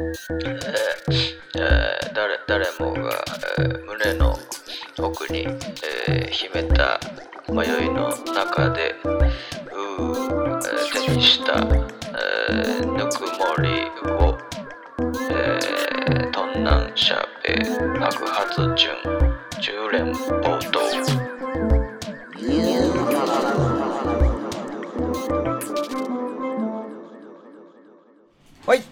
えーえー誰誰もが、えー胸の奥に、えー秘めた迷いの中でうー、えー手にした、えーぬくもりを、えー、トンナンシャベ白髪純十連暴動はい。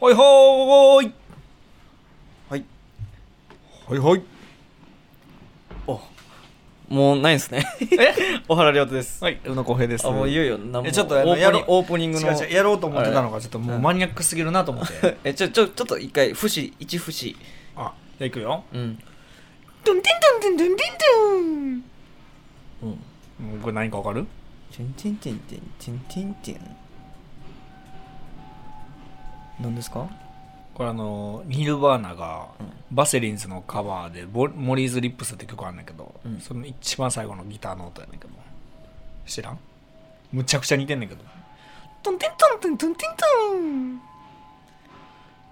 はいはーい。はい。はいはい。もうないんすね。小原亮太です。はい。宇野浩平です。 あ、もういよいよ、なんもえちょっとあのオープニンやろうオープニングの。違う違うやろうと思ってたのあがれちょっともうマニアックすぎるなと思 って。え、ちょ、ちょ、ちょっと一回、節、一節。あ、じゃあいくよ。うん。ドンテンドンテンドンテンうん。ドン。もうこれ何かわかる？てんてんてんてんてんてんてん。何ですかこれあのニルバーナがバセリンズのカバーでボモリーズリップスって曲あるんだけど、うんその一番最後のギターの音やねんけど。知らん？むちゃくちゃ似てんねんけど。トンテントンテントンテントン。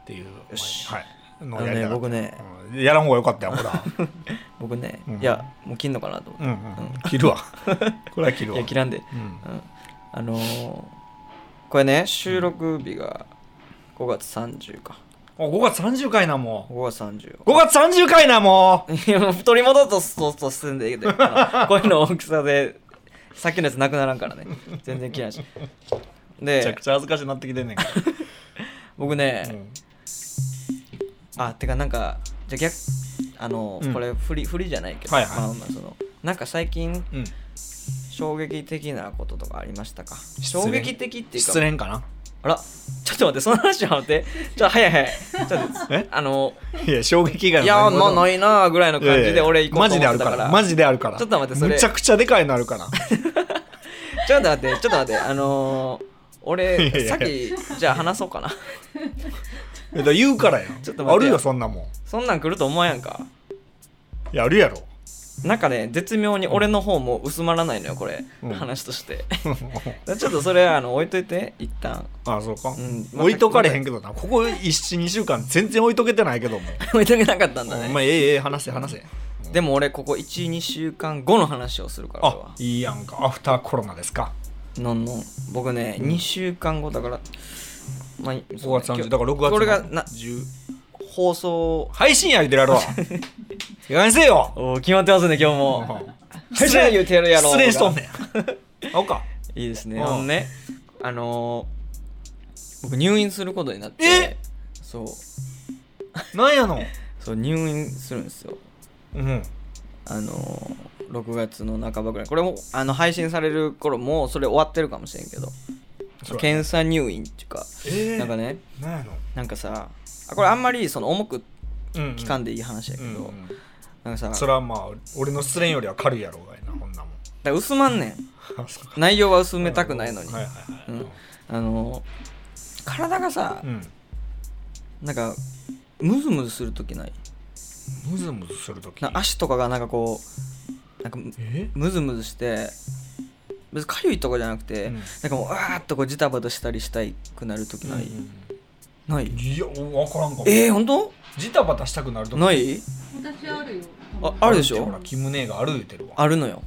っていう。よしはい。のあのやりね、たかった僕ね、うんやらん方がよかったよ、ほら。僕ねうん、いや、もう切んのかなとう思んうっん。切るわ。 これは切るわ。て。いや、切らんで。うんうん。あのー、これね、収録日が5月30か。あ5月30回な、も5月30。う。5月30回な、もいや、もう取り戻そうと進んでいくから、声の大きさで、さっきのやつなくならんからね。全然嫌いし。う。めちゃでく、ちゃ恥ずかしくなってきてんねんから。僕うね、んあ、てかなんか、じゃあ逆、あの、うんこれ振り、振りじゃないけど、はいはいまあまあその、なんか最近、うん。衝撃的なこととかありましたか恋衝撃的っていうか、失恋かな。あら、ちょっと待って、その話は待 って、ちょ、早い早い。ちょっと待ってえあの、 いや、衝撃がいや、まいあないなあぐらいのやい感やじいでや俺行こうマとジ思であってるか。たからら。マジであるから。ちょっと待ってそれむちゃくちゃでかいのある から。ちょっと待って、ちょっと待って、あのー、いやい俺、やさっき、じゃあ話そうかな。えだから言うからやん。ちょっと待ってあるよ、そんなもん。そんなん来ると思わんやんか。いや、あるやろ。 なんかね、絶妙に俺の方も薄まらないのよ、これ、うん話として。ちょっとそれはあの置いといて、一旦。 あ、そうかん。置いとかれへんけどな。ここ1、2週間全然置いとけてないけども。置いとけなかったんだおね。前、ええええ、話せ、話せ。でも俺、ここ1、2週間後の話をするから、俺あは、。いいやんか。アフターコロナですか。のんのん。僕ね、2週間後だから、まあ、 5月そうね30だから6月のこれがな10放送、配信や言うてるや ろいかにせえよおー決まってますね、今日も。失礼言うてるやろ。失礼しとんねんあおかいいですうね。んあのね、あのー僕入院することになって、えそう、なんやのそう入院するんですよ。うんあのー6月の半ばぐらい。これもあの配信される頃もうそれ終わってるかもしれんけど、そう検査入院っていうか、えーなんかね、なんやのなんかさ、あこれあんまりその重くうんうん聞かんでいい話やけうど、んうんなんかそさ、れはまあ俺の失恋よりは軽いやろうがいなこんなもんだ薄まんねん。あそうか内容は薄めたくないのに。はいはいうんはあのー体がさい、うんなんか、ムズムズするときないムズムズするときな足とかがなんかこうなんかむえむずむずして別にかゆいとかじゃなくて、うんなんかもうわーっとこうジタバタしたりしたいくなるときない、ないいや分からんかもえー、ほんとジタバタしたくなるときない私あるよ。ああるでしほらょキムネがある言うてるわあるのよ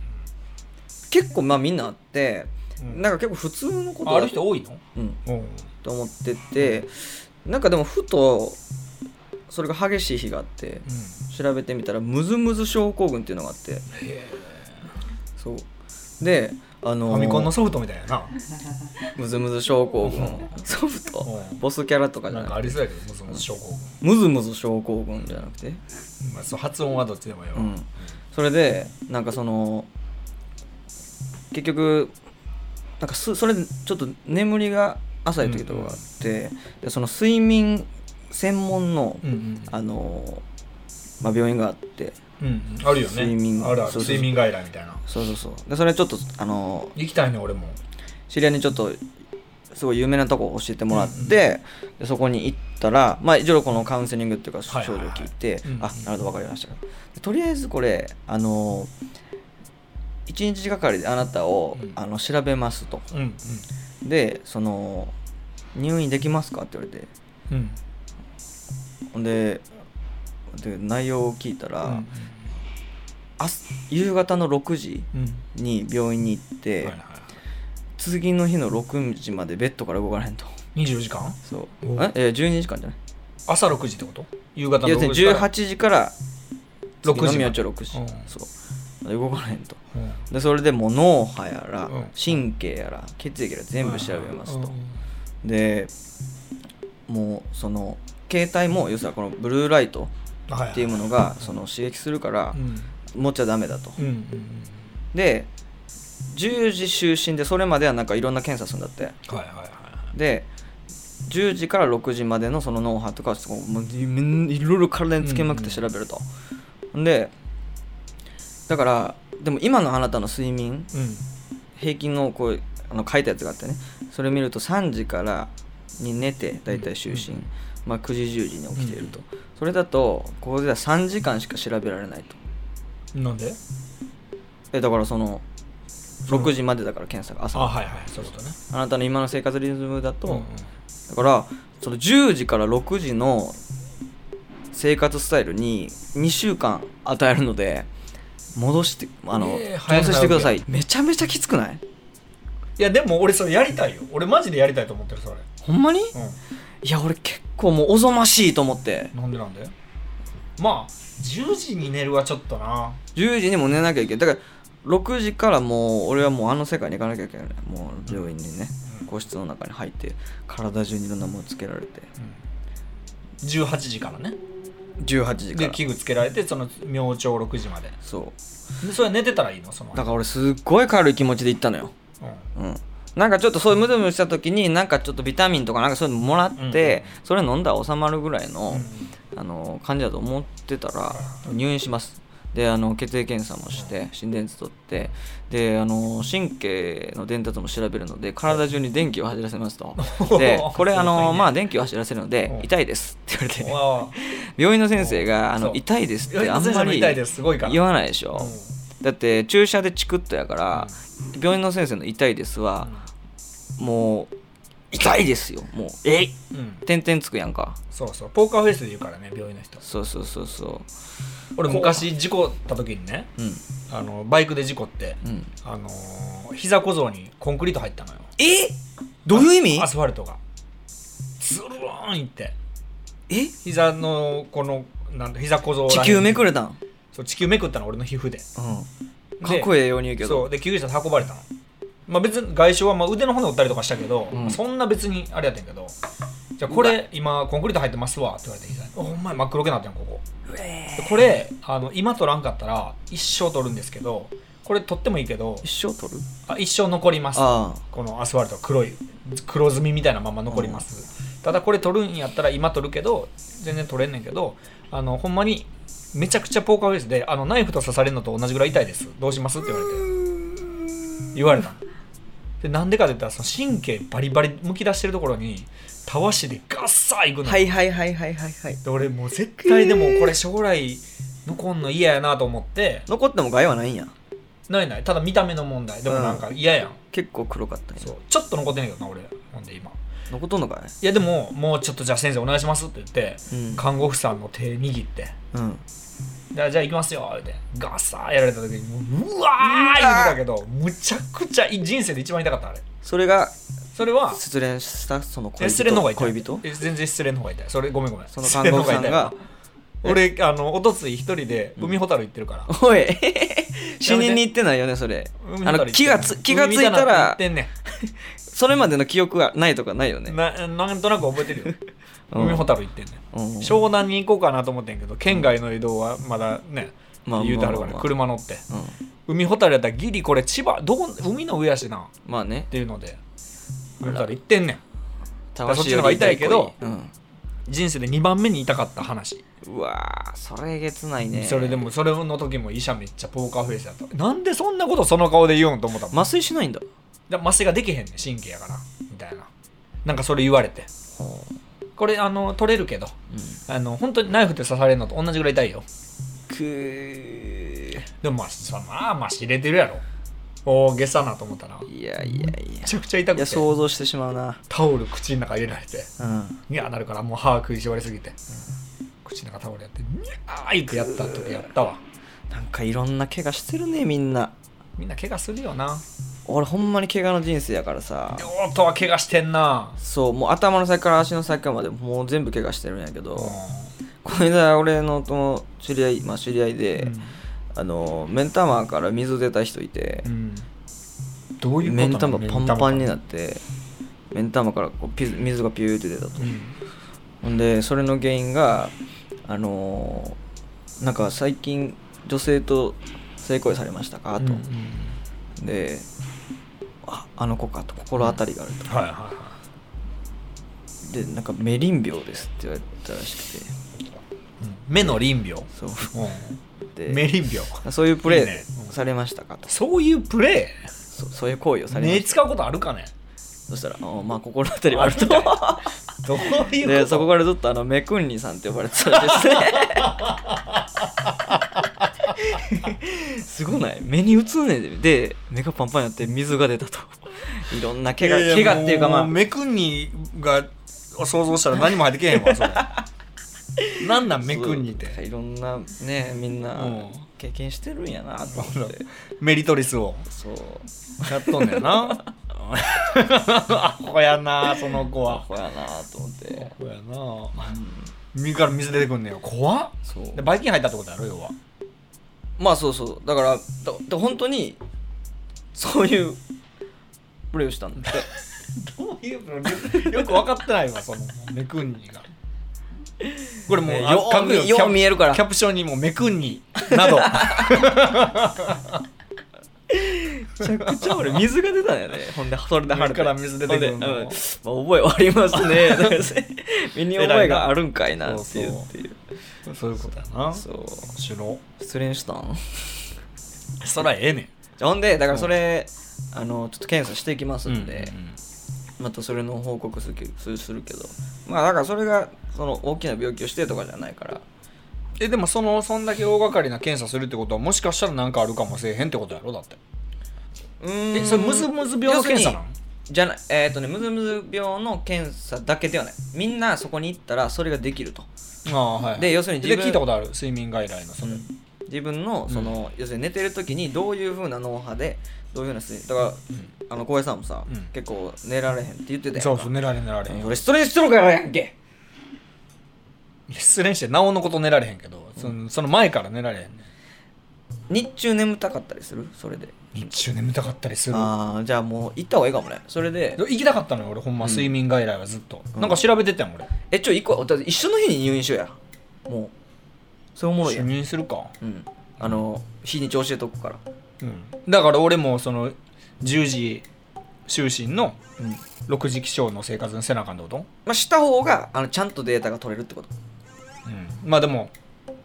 結構まあみんなあって、うんなんか結構普通のことあだある人多いのうん、うんと思っててなんかでもふとそれが激しい日があって調べてみたらムズムズ症候群っていうのがあってそうであフのーァミコンのソフトみたいやなムズムズ症候群ソフトうんボスキャラとかじゃなんなかくあてりそうやけど、もうその証拠。ムズムズ症候群じゃなくてまあ、そう発音はどっちでもよ。うんそれでなんかその結局なんかすそれでちょっと眠りが浅い時とかがあってでその睡眠専門のうんうんあのまあ病院があってうんあるよね。睡眠あるあるそうそうそう睡眠外来みたいな。そうそうそうでそれちょっとあの行きたいね、俺も。知り合いにちょっとすごい有名なとこ教えてもらって、でそこに行ったら、まあ、一応このカウンセリングっていうかはい症はい状をはい聞いて、うんうんあなるほど分かりましたでとりあえずこれあの1日がかりであなたを、うんあの調べますとうんうん。でその入院できますかって言われてうんほんでで内容を聞いたら、うんあす夕方の6時うんに病院に行っはいて、はいは次の日の6時までベッドから動かれへんとい24時間そうおうええ12時間じゃない朝6時ってこと夕方の要する6に時から18時から6時次のま宮で町6時、うんそうで動かれへんとうんでそれでもう脳波やら、うん神経やら血液やら全部調べますと、うんでもうその携帯も要するにこのブルーライトはいはいっていうものがその刺激するからうん持っちゃダメだと、うんうんで10時就寝でそれまではなんかいろんな検査するんだってうんはいはいはで10時から6時までのその脳波とかそこもうめんいろいろ体につけまくって調べると、でだからでも今のあなたの睡眠いうん平均のこうあの書いたやつがあってねそれ見ると3時からに寝て大体就寝、うんまあ、9時10時に起きていると、それだとここでは3時間しか調べられないとなんでえだからそのの6時までだから検査が朝あはいはいそういうことねあなたの今の生活リズムだと、うんうんだからその10時から6時の生活スタイルに2週間与えるので戻してあの、えー早調く整してください早めちゃめちゃきつくないいやでも俺それやりたいよ俺マジでやりたいと思ってるそれほんまにういや俺結構もうおぞましいと思ってんなんでなんでまあ10時に寝るはちょっとな10時にも寝なきゃいけないだから6時からもう俺はもうあの世界に行かなきゃいけないもう病院にねうん個室の中に入って体中にいろんなものつけられて18時からね18時かでら器具つけられてその明朝6時までそでそれ寝てたらいいのそのうだから俺すっごい軽い気持ちで行ったのようんうん、なんかちょっとそういうムズムズした時になんかちょっとビタミンとかなんかそういうのもらって、それ飲んだら収まるぐらいの,、あの感じだと思ってたら入院しますであの血液検査もして心電図取ってであの神経の伝達も調べるので体中に電気を走らせます とでこれあの、まあ電気を走らせるのでうん痛いですって言われてわあ病院の先生うんが「あそのう痛い です」っいてやあんま先生のり痛いですすごいから言わないでしょうだって注射でチクッとやから病院の先生の「痛いです」は「もう痛いですよもうえいんうん点々つくやんかそうそうポーカーフェイスで言うからね病院の人そうそうそうそ俺昔事故った時にねううんあのバイクで事故ってうんあのー膝小僧にコンクリート入ったのよえどういう意味アスファルトがズルーンいってえ膝のこのなんだ膝小僧らへん地球めくれたんそう地球めくったの俺の皮膚でうんかっこええように言うけそどうで救急車で運ばれたのまあ別に外傷はまあ腕の骨折ったりとかしたけど、うんそんな別にあれやってんけどじゃあこれ今コンクリート入ってますわって言われて膝におほんまに真っ黒けなってんここでこれあの今取らんかったら一生取るんですけどこれ取ってもいいけど一生取るあ一生残りますああこのアスファルトは黒い黒ずみみたいなまま残ります、ただこれ取るんやったら今取るけど全然取れんねんけどあのほんまにめちゃくちゃポーカーフェイスであのナイフと刺されるのと同じぐらい痛いですどうしますって言われて言われたのでなんでかって言ったらその神経バリバリむき出してるところにたわしでガッサーいくの、はいはいはいはいはいはいで俺もう絶対でもこれ将来残んの嫌やなと思って残っても害はないんやないないただ見た目の問題でもなんか嫌やん、結構黒かったんやそうちょっと残ってんねんけどな俺ほんで今残っとんのかいいやでももうちょっとじゃあ先生お願いしますって言って、うん看護婦さんの手握ってうんでじゃあ行きますよってガサーやられた時にもううわー言ってたけどむちゃくちゃい人生で一番痛かったあれそれがそれは失恋したそのえ恋失恋の方が人痛い恋人え全然失恋の方が痛いそれごめんごめんその看護婦さ失んが恋の方が痛い俺あのおとつい一人で海ほたる行ってるから、おい死にに行ってないよねそれ海あほたのる行って気がつ気がつい海た見なって言っらてんねんそれまでの記憶がないとかないよねななんとなく覚えてるようん海ほたる行ってんねんうん湘南に行こうかなと思ってんけど県外の移動はまだね、まあ言うてはるから、まあまあ車乗ってうん海ほたるやったらギリこれ千葉どこ海の上やしなっまあねていうので海ほたる行ってんねん楽そっちの方が痛いけどうん、人生で2番目に痛かった話、うわーそれえげつないねそれでもそれの時も医者めっちゃポーカーフェイスやったなんでそんなことその顔で言うんと思ったもん麻酔しないんだだ麻酔ができへんねん神経やからみたいななんかそれ言われてほこれあの取れるけどう、うん、あの本当にナイフで刺されるのと同じぐらい痛いよくーでもまあそまあまあ知れてるやろおお下さなと思ったらめいやいやいやちゃくちゃ痛いくやて想像してしまうなタオル口の中入れられてうんにゃーなるからもう歯食いしばりすぎて、口の中タオルやってにゃー言ってやった時やったわなんかいろんな怪我してるねみんなみんな怪我するよな俺ほんまに怪我の人生やからさ両とは怪我してんなそうもう頭の先から足の先からまでもう全部怪我してるんやけど、うんこの間俺の友知り合いまあ知り合いで、うんあの目ん玉から水出た人いてう、んどういうこと目んなの玉パンパンに目んなって目ん玉からこうピズ水がピューって出たと玉うんほんでそれの原因があのーなんか最近女性と性行為されましたかと、うんうんでああの子かと心当たりがあると、はいはいはでなんかメリン病ですって言われたらしくていうん目の臨病そううんでメリン病そういうプレいイいねうんされましたかとそういうプレそそういう行為をさーれま目した使うことあるかねそしたらあまあ心当たりはあるとどういうことでそこからずっとあのメクンニさんって呼ばれてたんですねすごない目に映んねんでで目がパンパンになって水が出たといろんな怪我、いやい怪や我っていうかまもあ目くんにが想像したら何も入ってけへんわ それなんなん目くんにっそうていろんなねみんなうん経験してるんやなと 思ってメリトリスをそうやっとんだよ なアホやなその子アはホやなと思ってアホやな右から水出てくんねよ怖っそうでバイキン入ったってことやろ要はまあそうそうだからだだ本当にそういうプレイをしたんだってどういうよく分かってないわそのメクンニがこれもう、ねあよう書くようキャプ見えるからキャプションにもメクンニな どめちゃくちゃ俺水が出たんやねほんでそれで目から水出てくるのほんでうんまあ、覚えはありますね だか らせ身に覚えがあるんかいなっていそううそうっていうそういうことやなそうしろ失恋したんそらええねんほんでだからそれあのちょっと検査していきますんで、またそれの報告するけするするけどまあだからそれがその大きな病気をしてとかじゃないからえでもそのそんだけ大掛かりな検査するってことはもしかしたら何かあるかもしれへんってことやろだってうーんえそれムズムズ病の検査なんじゃないえっ、とねムズムズ病の検査だけではないみんなそこに行ったらそれができると、ああはいで要するに自分で聞いたことある睡眠外来のそれ、自分のその、要するに寝てる時にどういうふうな脳波でどういうふうな睡だから、あの浩平さんもさ、うん結構寝られへんって言ってたやんかそうそう寝られん寝られへん、俺失恋してるからやんけ失恋してなおのこと寝られへんけどそのその前から寝られへんね日中眠たかったりするそれで日中眠たかったりするああじゃあもう行った方がいいかもねそれで行きたかったのよ俺ほんま睡眠外来はずっと、うんなんか調べてたよ俺えちょ行こうだって一緒の日に入院しようやもうそうおもろい主やん任するかうんあの日に調子でとくからうんだから俺もその10時就寝のうん6時起床の生活にせなあかんってことまあ、した方があのちゃんとデータが取れるってことまあでも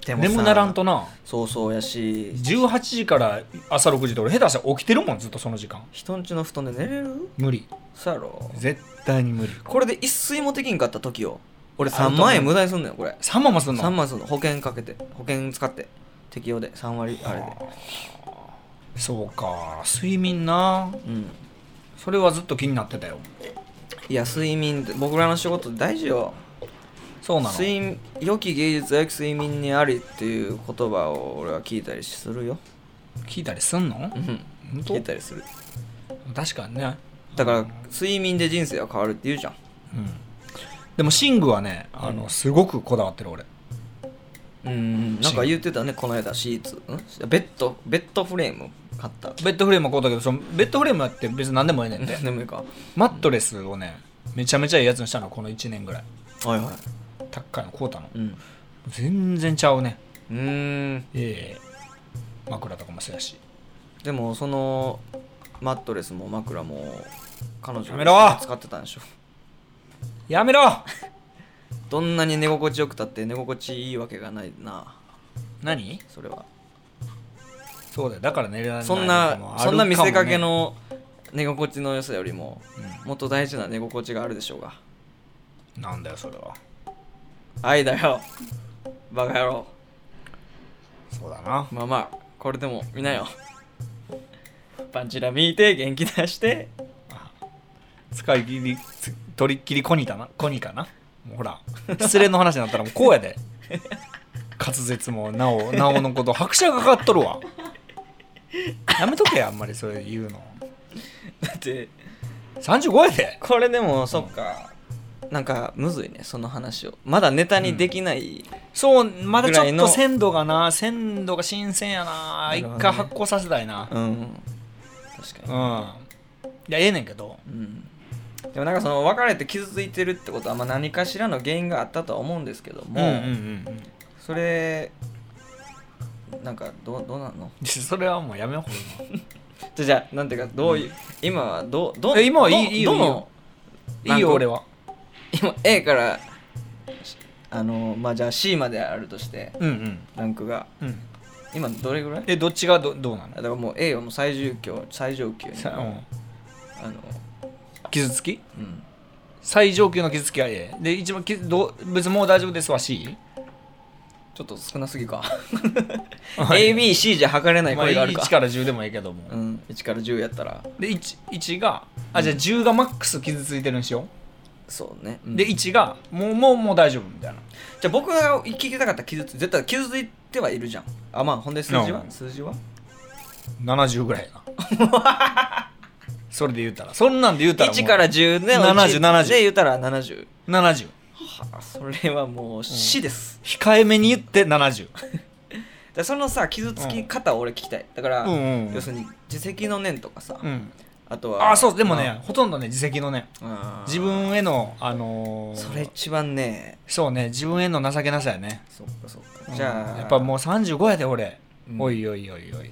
でさ眠ならんとなそうそうやし18時から朝6時って俺下手したら起きてるもんずっとその時間人んちの布団で寝れる無理そうやろ絶対に無理これで一睡もできんかった時を俺あると3思う万円無駄にすんのよこれ3万もすんの3万すんの保険かけて保険使って適用で3割あれでそうか睡眠なうんそれはずっと気になってたよいや睡眠って僕らの仕事大事よそうなの睡眠良き芸術は良き睡眠にありっていう言葉を俺は聞いたりするよ聞いたりすんのうん本聞当いたりする確かにねだから睡眠で人生は変わるって言うじゃんうんでも寝具はねあのすごくこだわってる俺うんなんか言ってたねこの間シーツんベッドベッドフレーム買 ったベッドフレームはこうだけどそのベッドフレームだって別に何でもええねんて何でもいいかマットレスをねめちゃめちゃいいやつにしたのこの1年ぐらいはいは高いの買うたのいうん全然ちゃうねうーんええ枕とかもそうやしでもそのマットレスも枕も彼女やめろ使ってたんでしょやめろどんなに寝心地よくたって寝心地いいわけがないな何それはそうだよだから寝れないそんのもなあるそんな見せかけもねの寝心地の良さよりももっと大事な寝心地があるでしょうがうんなんだよそれは愛だよバカ野郎そうだなまあまあこれでも見なよパンチラ見て元気出して使い切りつ取り切りコニかなコニかなもうほ ら失恋の話になったらもうこうやで滑舌もなおなおのこと拍車がかかっとるわやめとけやあんまりそれ言うのだって35やでこれでもそっかなんかむずいねその話をまだネタにできない、そうまだちぐらょいっのと鮮度がな鮮度が新鮮やななる一ほどね回発酵させたいなうん確うんかに、いやええねんけどうんでもなんかその別れて傷ついてるってことはまあ何かしらの原因があったとは思うんですけども、うんうんうんそれなんかどうどうなんのうんそれはもうやめようこれはじゃあじゃあなんていうかどういう、今はどうどうえ今はいいどいいよどのいいよなんかいいよ俺は今 A からしあのまあじゃあ C まであるとしてうんランクがうんうん今どれぐらいえどっちがどどうなのだからもう A をもう最上級最上級にさうんあの傷つきうん最上級の傷つきは A で一番傷どう別にもう大丈夫ですわ C ちょっと少なすぎかはい ABC じゃ測れないまあ声がある1か、から10でもいいけども、うん、1から10やったらで 1, 1があじゃあ10がマックス傷ついてるんしよそうね、う、ででいじ1がもうもうもう大丈夫みたいなゃあ僕が聞きたかったら傷つ絶対傷ついてはいるじゃんあまあほんで数字は、うん数字は70ぐらいやな それで言うたらそんなんで言うたらもう1から10で70 70で言ったら70 70はあそれはもう死です、控えめに言って70でそのさ傷つき方を俺聞きたいだから、うんうんうん要するに自責の念とかさ、うんあとはああそうでもねほとんどね自責のねあー自分へのあのーそれ一番ねそうね自分への情けなさやねそっかそっかじゃあ、うんやっぱもう35やで俺、うんおいおいおいおい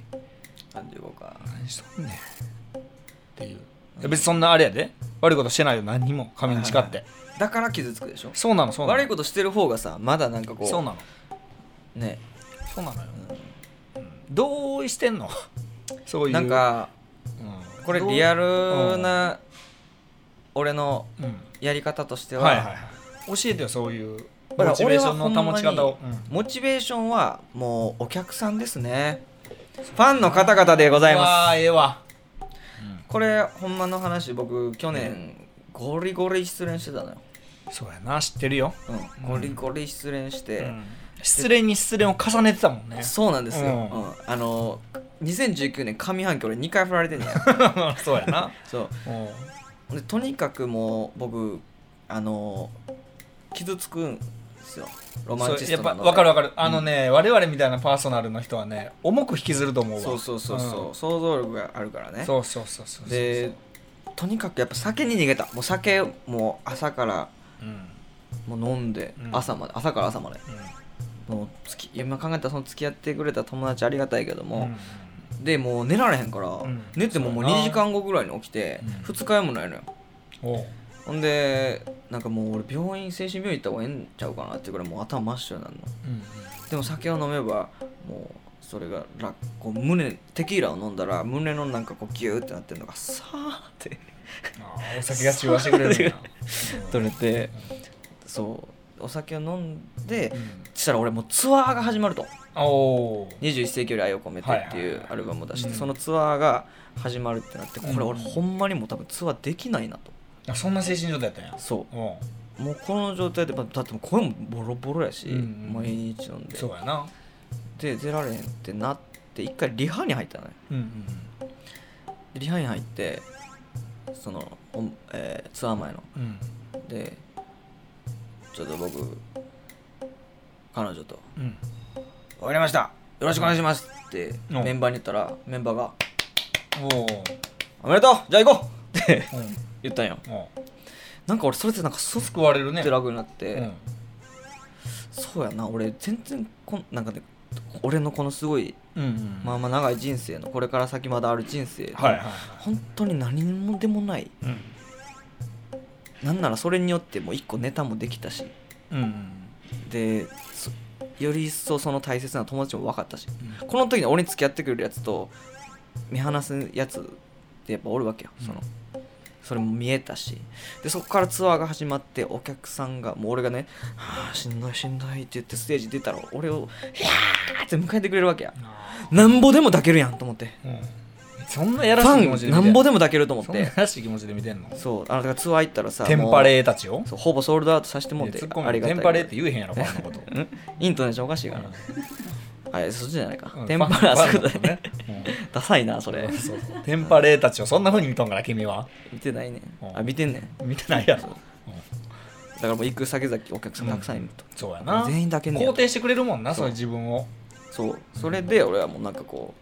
35か何しとんねんっていういや別にそんなあれやで悪いことしてないよ何にも髪に誓って、だから傷つくでしょそうなのそうなの悪いことしてる方がさまだなんかこうそうなのねそうなのよ、うん同意してんのそういうなん、かうんこれリアルどな俺のううんやり方としては,、はいはいはい教えてよそういうだからモチベーションの保ち方を俺はほんまにモチベーションはもうお客さんですねファンの方々でございますああええわこれほんまの話僕去年ゴリゴリ失恋してたのよ、そうやな知ってるよ、うん、ゴリゴリ失恋して、うん失恋に失恋を重ねてたもんねそうなんですよ、うんうんあの2019年上半期俺2回振られてんねん そうやなそううんでとにかくもう僕あの傷つくんですよロマンチスそトうやなっのぱ分でかる分かるあのね、我々みたいなパーソナルの人はね重く引きずると思うわそうそうそうそう、想像力があるからうんねそうそうそうそうそうでとにかくやっぱ酒に逃げたもう酒もう朝からうんうんもう飲んで、うん朝まで朝から朝までもうつき今考えたらその付き合ってくれた友達ありがたいけども、でもう寝られへんから、ん寝てももうそうやな2時間後ぐらいに起きて、うん二2日酔いもないのよおうほんでなんかもう俺病院精神病院行った方がええんちゃうかなっていうぐらいもう頭真っ白になるのうんでも酒を飲めばもうそれが楽こう胸テキーラを飲んだら胸のなんかこうギューってなってるのがさーってあーお酒が中和してくれ るんや取れてそうお酒を飲んで、うんそしたら俺もうツアーが始まるとうんおー21世紀より愛を込めてっていはいはいはういアルバムを出して、うんそのツアーが始まるってなってこれうん俺ほんまにもう多分ツアーできないなとあそんな精神状態やったんやそおううもうこの状態でまあだってもう声もボロボロやし、うんうん毎日飲んでそうやなで出られへんってなって一回リハに入ったのようんうんでリハに入ってその、おんえーツアー前のうんでちょっと僕彼女とうん「わかりましたよろしくお願いします」ってうんメンバーに言ったらメンバーがおー「おめでとうじゃあ行こう!」ってうん言ったんよおうなんか俺それでなんかそすっ救われるねて楽になって、うんそうやな俺全然こんなんかね俺のこのすごいうんうんまあまあ長い人生のこれから先まだある人生、はいはいは本当に何もでもないいうんなんならそれによってもう一個ネタもできたしうんうんでそより一層その大切な友達も分かったしこの時に俺に付き合ってくれるやつと見放すやつってやっぱおるわけよその、うんそれも見えたしでそこからツアーが始まってお客さんがもう俺がね「はあしんどいしんどい」って言ってステージ出たら俺を「ひゃー!」って迎えてくれるわけやあなんぼでも抱けるやんと思ってーうんそんなやらしパい気持ちンで見なてんぼでも抱けると思っそんなやてらしい気持ちで見てんのそうあのだからツアー行ったらさテンパレーたちをもうそうほぼソールドアウトさせてもいっやてツッコミありがたテいンパレーって言えへんやろファンのことんイントネーションおかしいから、あれそっちじゃないか、うんテンパレーファそンうファンだねのことねダサいなそうんれそうそうテンパレーたちをそんな風に見とんから君は見てないねうんあ見てんねん見てないやろだからもう行く先々お客さんたくさんいると、そうやな全員だけね肯定してくれるもんなそそうういう自分をそうそれで俺はもうなんかこ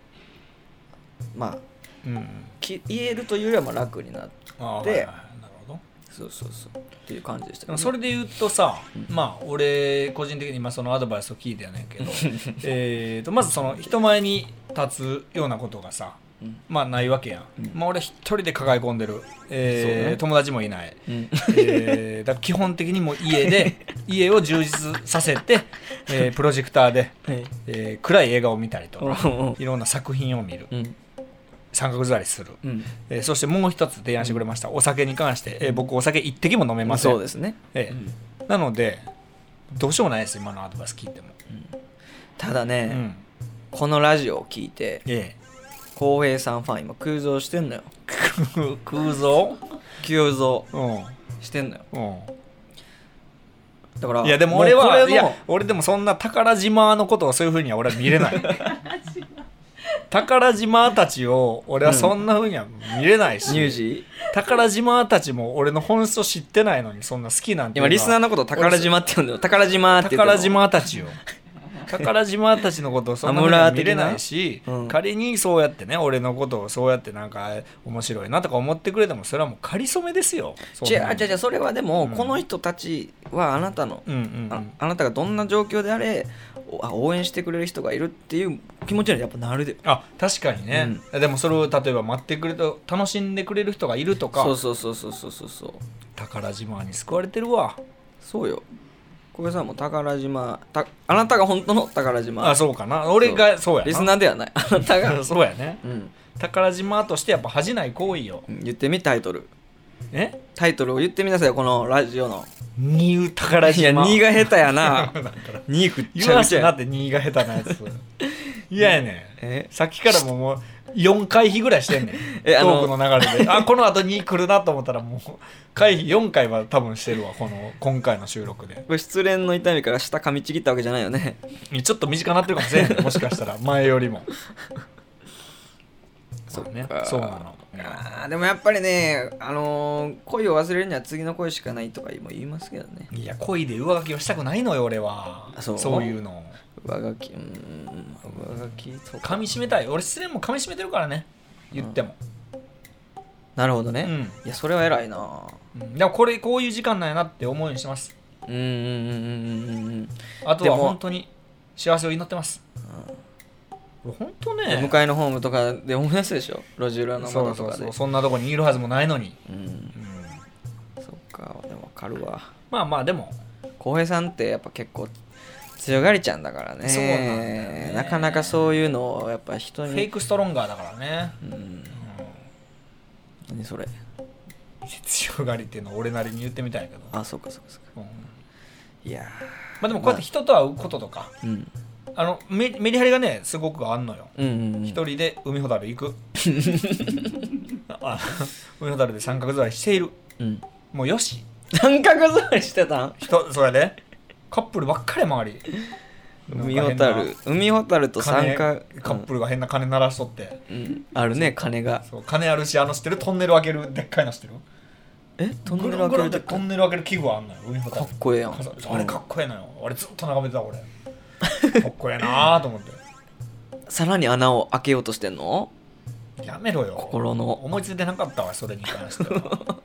うまあうんき言えるというよりはまあ楽になってあーではいはいなるほどそうそうそうっていう感じでしたでよもねそれで言うとさ、まあ俺個人的に今そのアドバイスを聞いてやねんけ どえーとまずその人前に立つようなことがさうんまあないわけやん、うんまあ俺一人で抱え込んでる、えそーうね友達もいない、うんえーだから基本的にもう家で 家を充実させて、えープロジェクターで、はいえー暗い映画を見たりとかうんいろんな作品を見るうん三角座りする、うんえーそしてもう一つ提案してくれました、お酒に関して、えー僕お酒一滴も飲めません、そうですね、ええなのでどうしようもないです今のアドバイス聞いても、ただうね、ん、このラジオを聞いてええ浩平さんファン今急増して んのよく空想急増うんしてんのようだからんいやでも俺はうこいれもや俺でもそんな宝島のことをそういうふうには俺は見れない 宝島たちを俺はそんなふうには見れないし、ニュージー宝島たちも俺の本質を知ってないのにそんな好きなんていうの今はリスナーのことを宝島って呼んでる宝島って言ってる宝島たちよ 宝島たちのことをそんなには見れないし、アムラー的なうん仮にそうやってね俺のことをそうやってなんか面白いなとか思ってくれてもそれはもう仮初めですよそん違なのう違う違うそれはでも、うんこの人たちはあなたの、うんうんうあんあなたがどんな状況であれおあ応援してくれる人がいるっていう気持ちにはやっぱなるであ確かにね、でもそれを例えば待ってくれと楽しんでくれる人がいるとかそうそうそうそうそうそうそう宝島に救われてるわそうよ小林さんも宝島たあなたが本当の宝島あそうかな俺がそうやな、リスナーではないあなた がそうやねうん宝島としてやっぱ恥じない行為ようん言ってみタイトルえタイトルを言ってみなさいよこのラジオのニュー宝いや島2が 下手やな2くっち言ゃわうせちゃてなっやて2が下手な やつ嫌やねえんさっきからもうもう4回避ぐらいしてんねんえあのトークの流 れであこの後2来るなと思ったらもう回避4回は多分してるわこの今回の収録でこれ失恋の痛みから下噛みちぎったわけじゃないよねちょっと短くなってるかもしれんね もしかしたら前よりもそっかねそうなのあーでもやっぱりね、あのー恋を忘れるには次の恋しかないとかも言いますけどねいや恋で上書きをしたくないのよ俺はあそういうの上書きうーん上書きそう噛み締めたい俺失恋も噛み締めてるからね言っても、なるほどね、うんいやそれは偉いなうんでもこれこういう時間なんやなって思うようにしてますうんうんうんうんうんうんあとではも本当に幸せを祈ってます。俺本当ね、向かいのホームとかで思い出すでしょ路地裏のそ窓うそとうかそでう、そんなとこにいるはずもないのに。うんうんそっかでもわかるわまあまあ、でも、浩平さんってやっぱ結構強がりちゃんだからねそうなんだよねなかなかそういうのをやっぱ人フェイにクストロンガーだからね。うん何それ強がりっていうのは俺なりに言ってみたいけど。あそうかそうかそううかんまいやあでも、こうやって人と会うこととか、ーうんあのメメリハリがね、すごくあんのよ。うんうんうん一人で海ほたる行く。あ海ほたるで三角座りしている。うんもうよし。三角座りしてたん人、それで、カップルばっかり周り。海ほたる海ほたると三金角カップルが変な金鳴らしとって、うんうんあるね金がそう金あるしあの知ってるトンネル開けるでっかいの知ってるえトンネル開ぐるけるんぐるんってとトンネル開ける器具あんのよ海ほたかるっこええやんそうあれかっこええのよあれずっと眺めてた俺かっこええなあと思ってさらに穴を開けようとしてんのやめろよ心の思いついてなかったわそれに関しては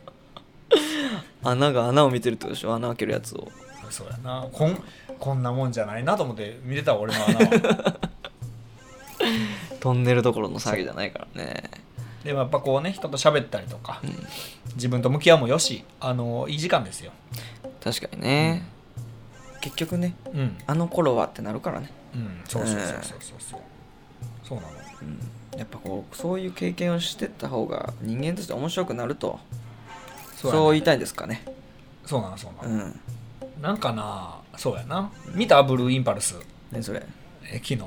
穴が穴を見てるってことでしょ穴開けるやつをそうやなこんこんなもんじゃないなと思って見れたわ俺の穴はトンネルどころの騒ぎじゃないからねでもやっぱこうね人と喋ったりとか、自分と向き合うもよしあのいい時間ですよ確かにね、結局ねうんあの頃はってなるからね、うんそうそうそうそうそうそうそうなのうん、やっぱこうそういう経験をしてった方が人間として面白くなるとそそうう,、やね言いたいんですかねそうなのそうなうの、んなんかなそうやな見たブルーインパルスねそれえ昨日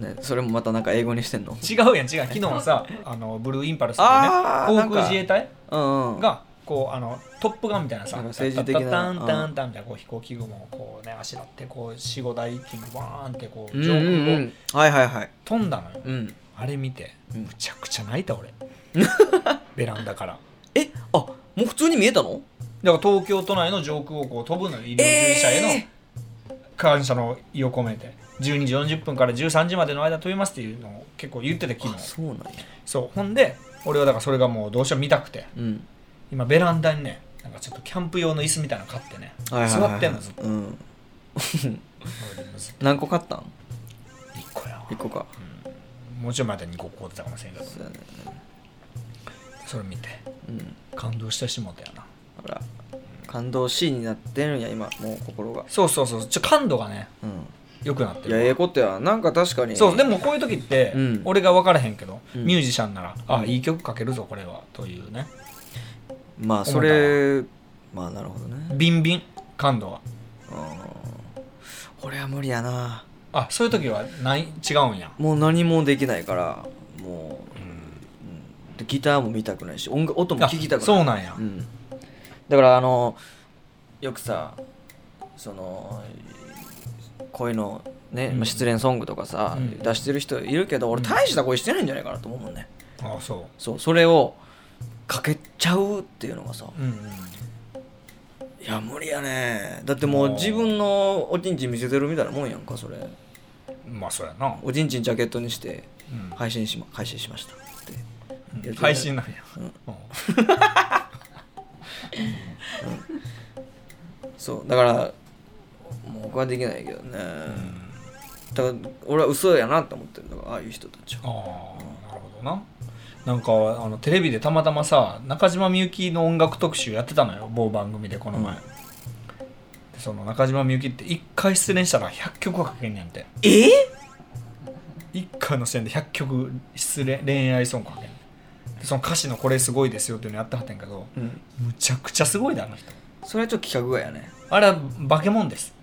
ね、それもまたなんか英語にしてんの違うやん 違う昨日もさあのブルーインパルスっていうねあー航空自衛隊うんうんがこうあのトップガンみたいなさなんか政治的なタンタンタンタンみたいなこう飛行機雲をこうねあしらってこう45台一気にバーンってこううんう上空んうをんはいはいはい飛んだのようんあれ見てうんむちゃくちゃ泣いた 俺ベランダからえあもう普通に見えたのだから東京都内の上空をこう飛ぶのよ医療従事者への感謝の意を込めて12時40分から13時までの間飛びますっていうのを結構言ってて昨あ日そうなんやそうほんで俺はだからそれがもうどうしても見たくてうん今ベランダにねなんかちょっとキャンプ用の椅子みたいなの買ってねはいはいはいはい座ってんのずっとうん俺でもずっ何個買ったんと一個やわ一個かもうちょい前で2個買うてたかもしれんけどそうやねそれ見てうん感動してしもたよなほら感動シーンになってるんや今もう心がそうそうそうちょ感度がねうん良くなっていやるええことやなんか確かにそうでももこういう時って、うん俺が分からへんけど、うんミュージシャンなら、あいい曲書けるぞこれはというねまあそれまあなるほどねビンビン感度はうん俺は無理やなあそういう時はない違うんやもう何もできないからもう、うんでギターも見たくないし音楽音もあ聞きたくないそうなんや、うん、だからあのよくさその恋のね、うんまあ失恋ソングとかさ、うん出してる人いるけど俺うん大した恋してないんじゃないかなと思うもんね、あそそうそれをかけちゃうっていうのがさううんうんいや無理やねだってもう自分のおちんちん見せてるみたいなもんやんかそれまあそうやな、おちんちんジャケットにしてうん配信しま配信しましたってうん配信なんや、うんそうだからもう僕はできないけどね、だから俺は嘘やなって思ってるだからああいう人たちはああなるほどななんかあのテレビでたまたまさ中島みゆきの音楽特集やってたのよ某番組でこの前、うんでその中島みゆきって1回失恋したら100曲はかけんねんてえ1回の視点で100曲失恋恋愛ソングかけんねんでその歌詞の「これすごいですよ」っていうのやってはったんやけどうん、むちゃくちゃすごいだあの人それはちょっと企画外やねあれは化け物です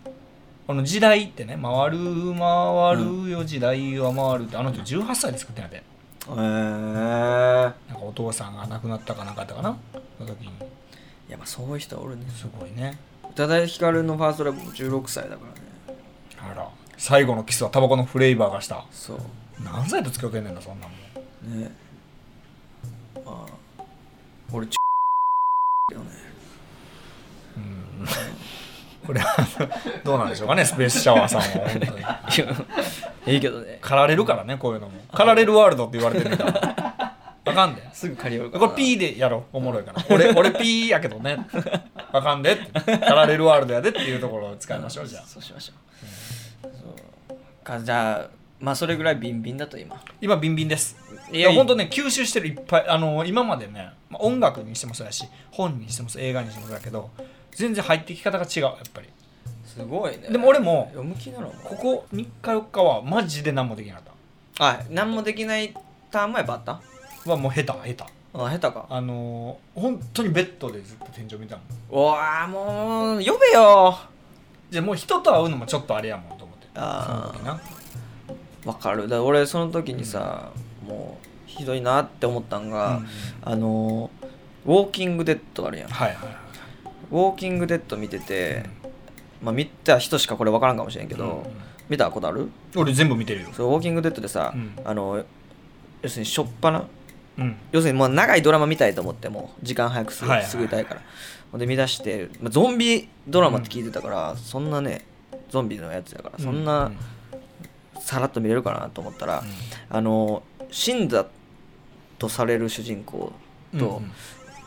この時代ってね回る回るよ時代は回るってあの人18歳で作ってんやてへえー、なんかお父さんが亡くなったかなんかやったかなの時にいやまあそういう人はおるねすごいね宇多田ヒカルのファーストラブも16歳だからねあら最後のキスはタバコのフレーバーがしたそう何歳と付き合ってんねんだそんなもんねまあ俺ちよねうんこれはあのどうなんでしょうかねスペースシャワーさんは本当に いやいいけどね駆られるからねこういうのも駆られるワールドって言われてるからあかんですぐ借りよるかこられピーでやろうおもろいから俺俺ピーやけどねあかんでって駆られるワールドやでっていうところを使いましょうじゃあそうしましょう、そうかじゃあまあそれぐらいビンビンだと今今ビンビンですいいやや本当ね吸収してるいっぱいあの今までね、まあ、音楽にしてもそうやし本にしてもそう映画にしてもそうやけど全然入ってき方が違うやっぱりすごいねでも俺も読む気なのここ3日4日はマジで何もできなかっはい何もできないターンもやっぱあったたはもう下手下手あ下手かあのー本当にベッドでずっと天井見たもんうわーもう呼べよじゃあもう人と会うのもちょっとあれやもんと思ってあーその時なわかるだ俺その時にさ、もうひどいなって思ったんが、うんあのーウォーキングデッドあるやんウはいはいはいォーキングデッド見てて、まあ見た人しかこれ分からんかもしれんけど、うん見たことある俺全部見てるよそうウォーキングデッドでさ、うんあの要するにしょっぱなうん要するにもう長いドラマ見たいと思ってもう時間早くすぐ,、はいはいすぐ見たいからほんで見出して、まあ、ゾンビドラマって聞いてたから、そんなねゾンビのやつだからそんうなんうんさらっと見れるかなと思ったら、あの死んだとされる主人公と、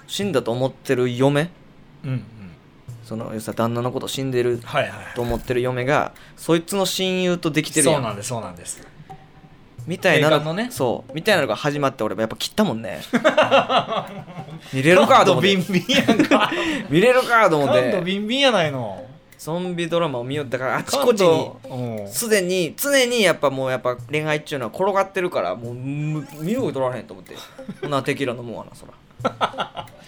死んだと思ってる嫁うんうんうんその要するに旦那のこと死んでるはいはいと思ってる嫁がそいつの親友とできてるそやうんなんですそうなんですみたいな映画のねそうみたいなのが始まって俺やっぱ切ったも んね見れるかと思っビてンビンやんか見れるかと思っ感度てビンビンやないのゾンビドラマを見よったからああちこちにうんすでに常にやっぱもうやっぱ恋愛っていうのは転がってるからもうむ見ること取られへんと思ってほなテキーラ飲もうわなそら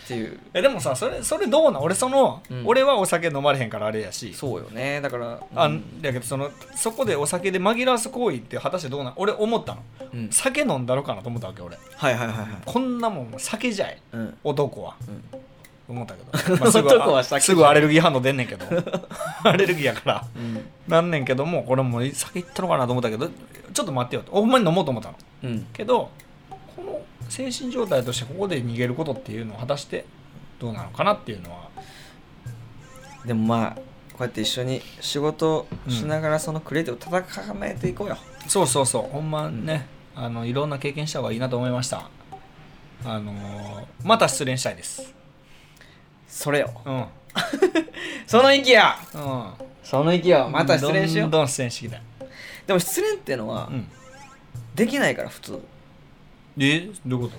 っていうえでもさそれそれどうなん俺その、うん俺はお酒飲まれへんからあれやしそうよねだからあうんだけどそのそこでお酒で紛らわす行為って果たしてどうなん俺思ったの、うん酒飲んだろかなと思ったわけ俺はいはいはいはいこんなもん酒じゃいうん男はうん思った けど、まあすぐ男は酒じゃいすぐアレルギー反応出んねんけ どアレルギーやからうんなんねんけどもこれもう酒いったのかなと思ったけどちょっと待ってよとほんまに飲もうと思ったのうんけどこの精神状態としてここで逃げることっていうのは果たしてどうなのかなっていうのはでもまあこうやって一緒に仕事しながらそのクレーティブを戦めていこうよ、そうそうそうほんまね、あのいろんな経験した方がいいなと思いましたあのーまた失恋したいですそれようんうんその息やその息やまた失恋しよどんうどん失恋してきたいでも失恋ってのはうんできないから普通えどういうこ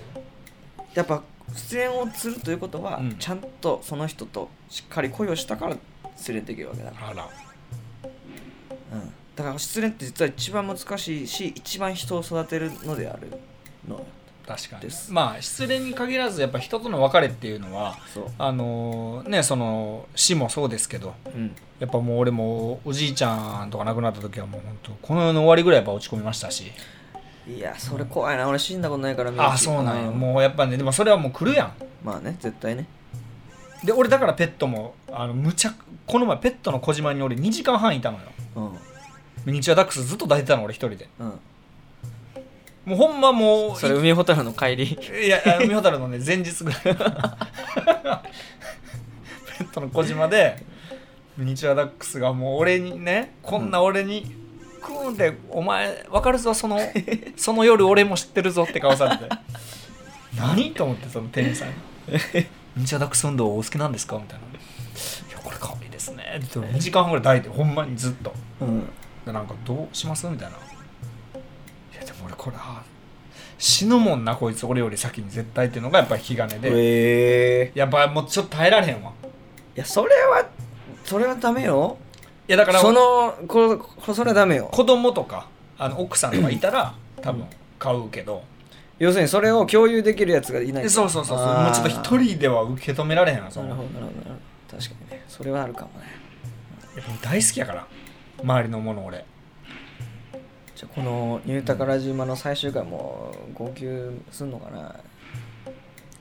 やっぱ失恋をするということは、うんちゃんとその人としっかり恋をしたから失恋できるわけだかとあらら、うん、だから失恋って実は一番難しいし一番人を育てるのであるの確かにですまあ失恋に限らずやっぱ人との別れっていうのはそうあのーねその死もそうですけどうんやっぱもう俺もおじいちゃんとか亡くなった時はもう本当この世の終わりぐらいやっぱ落ち込みましたしいやそれ怖いな俺死んだことないからああそうなんやうもうやっぱねでもそれはもう来るやんまあね絶対ねで俺だからペットもあのむちゃくこの前ペットの小島に俺2時間半いたのようんミニチュアダックスずっと抱いてたの俺一人でうんもうほんまもうそれ海ほたるの帰りいいやあの海ほたるのね前日ぐらいペットの小島でミニチュアダックスがもう俺にねこんな俺に、クーンってお前分かるぞそのその夜俺も知ってるぞって顔されて何と思ってその店員さんに「ミニチュアダックス運動お好きなんですか?」みたいな「いやこれ可愛いですね」って2時間半ぐらい抱いてほんまにずっと。うんでなんかどうしますみたいな「いやでも俺これあ死ぬもんなこいつ俺より先に絶対」っていうのがやっぱり気兼ねで、ええやっぱもうちょっと耐えられへんわいいやそれはそれはダメよやだからそのここそれはダメよ子供とかあの奥さんとかいたら多分買うけど、要するにそれを共有できるやつがいないでそうそうそうそうあーもうちょっと一人では受け止められへんわそなるほのどなるほどなるほど確かにねそれはあるかもねやっぱ大好きやから周りのもの俺じゃあこの「ニュータカラジウマ」の最終回もう号泣すんのかな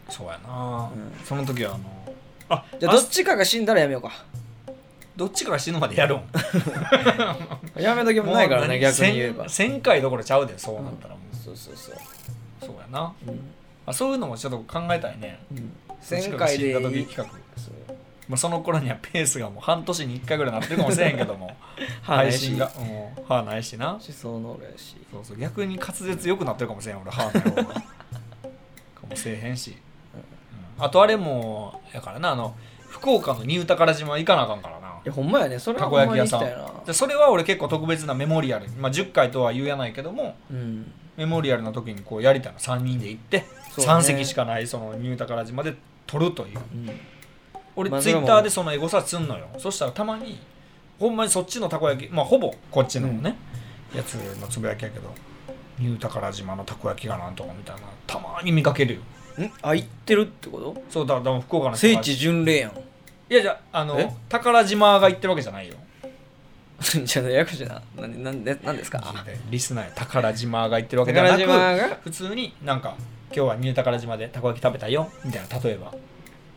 そうやな、うんその時はあのあじゃああどっちかが死んだらやめようかどっちかが死ぬまでやろうやめときもないからもう何ね逆に言えば千1000回どころちゃうでそうなったらもう、そうそうそうそうやなうんあそういうのもちょっと考えたいね1000回でいいどっちかが死んだ時企画、そうまあ、その頃にはペースがもう半年に1回ぐらいなってるかもしれへんけども 歯ない配し信がもう歯ないしな思想の俺やしそうそう逆に滑舌良くなってるかもしれん俺歯 ない方がかもしれへんし、うんあとあれもやからなあの福岡の新宝島行かなあかんからないやほんまやねそれたはこほん焼まき屋に行きさたいなんでそれは俺結構特別なメモリアル、まあ、10回とは言うやないけどもうんメモリアルの時にこうやりたいの3人で行って、そうね三3席しかないそのニュータカラ島で撮るといううん俺まあツイッターでそのエゴサすんのよそしたらたまにほんまにそっちのたこ焼きまあほぼこっちのね、やつのつぶやきやけどニュータカラ島のたこ焼きがなんとかみたいなたまに見かけるよんあ行ってるってこそうだから福岡のと人聖が地巡礼やん いやじゃああえの宝島が言ってるわけじゃないよじゃあ役者な何何何ですかリスナーや宝島が言ってるわけじゃ宝な島くが普通になんか今日はニュータカラ島でたこ焼き食べたよみたいな例えば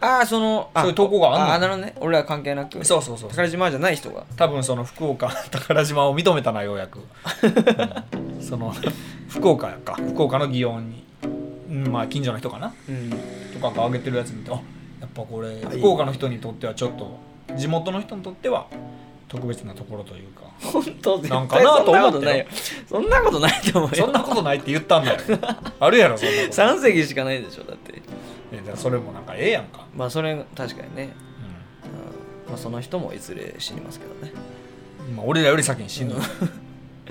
ああそのあそういう投稿があんのあなるほどね俺ら関係なくそうそうそう宝島じゃない人が多分その福岡宝島を認めたなようやく、うんその福岡やか福岡の祇園に、うんまあ近所の人かなうんとかが上げてるやつ見てあやっぱこれあいい福岡の人にとってはちょっと地元の人にとっては特別なところというか本当絶なんか対なそとんな思こったよとないよそんなことないと思うそんよなことないって言ったんだよ あるやろそんなこと3席しかないでしょだってえじゃあそれもなんかええやんか、まあそれ確かにね、ううんまあ、その人もいずれ死にますけどねん今俺らより先に死ぬ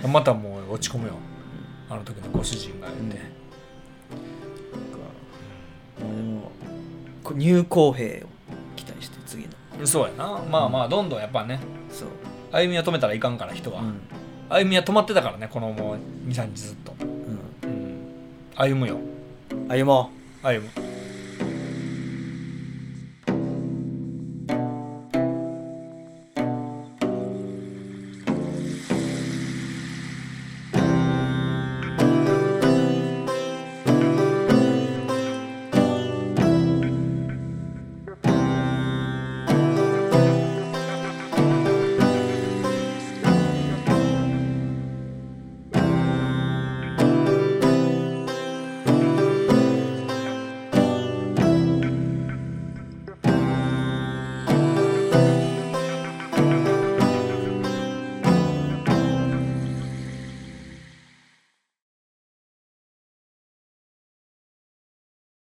またもう落ち込むよあの時のご主人が言って、まあでもこ入校兵を期待して次のそうやなまあまあどんどんやっぱねそう、歩みを止めたらいかんから人は、うん歩みは止まってたからねこのもう23日ずっと、う歩むよん、歩も歩む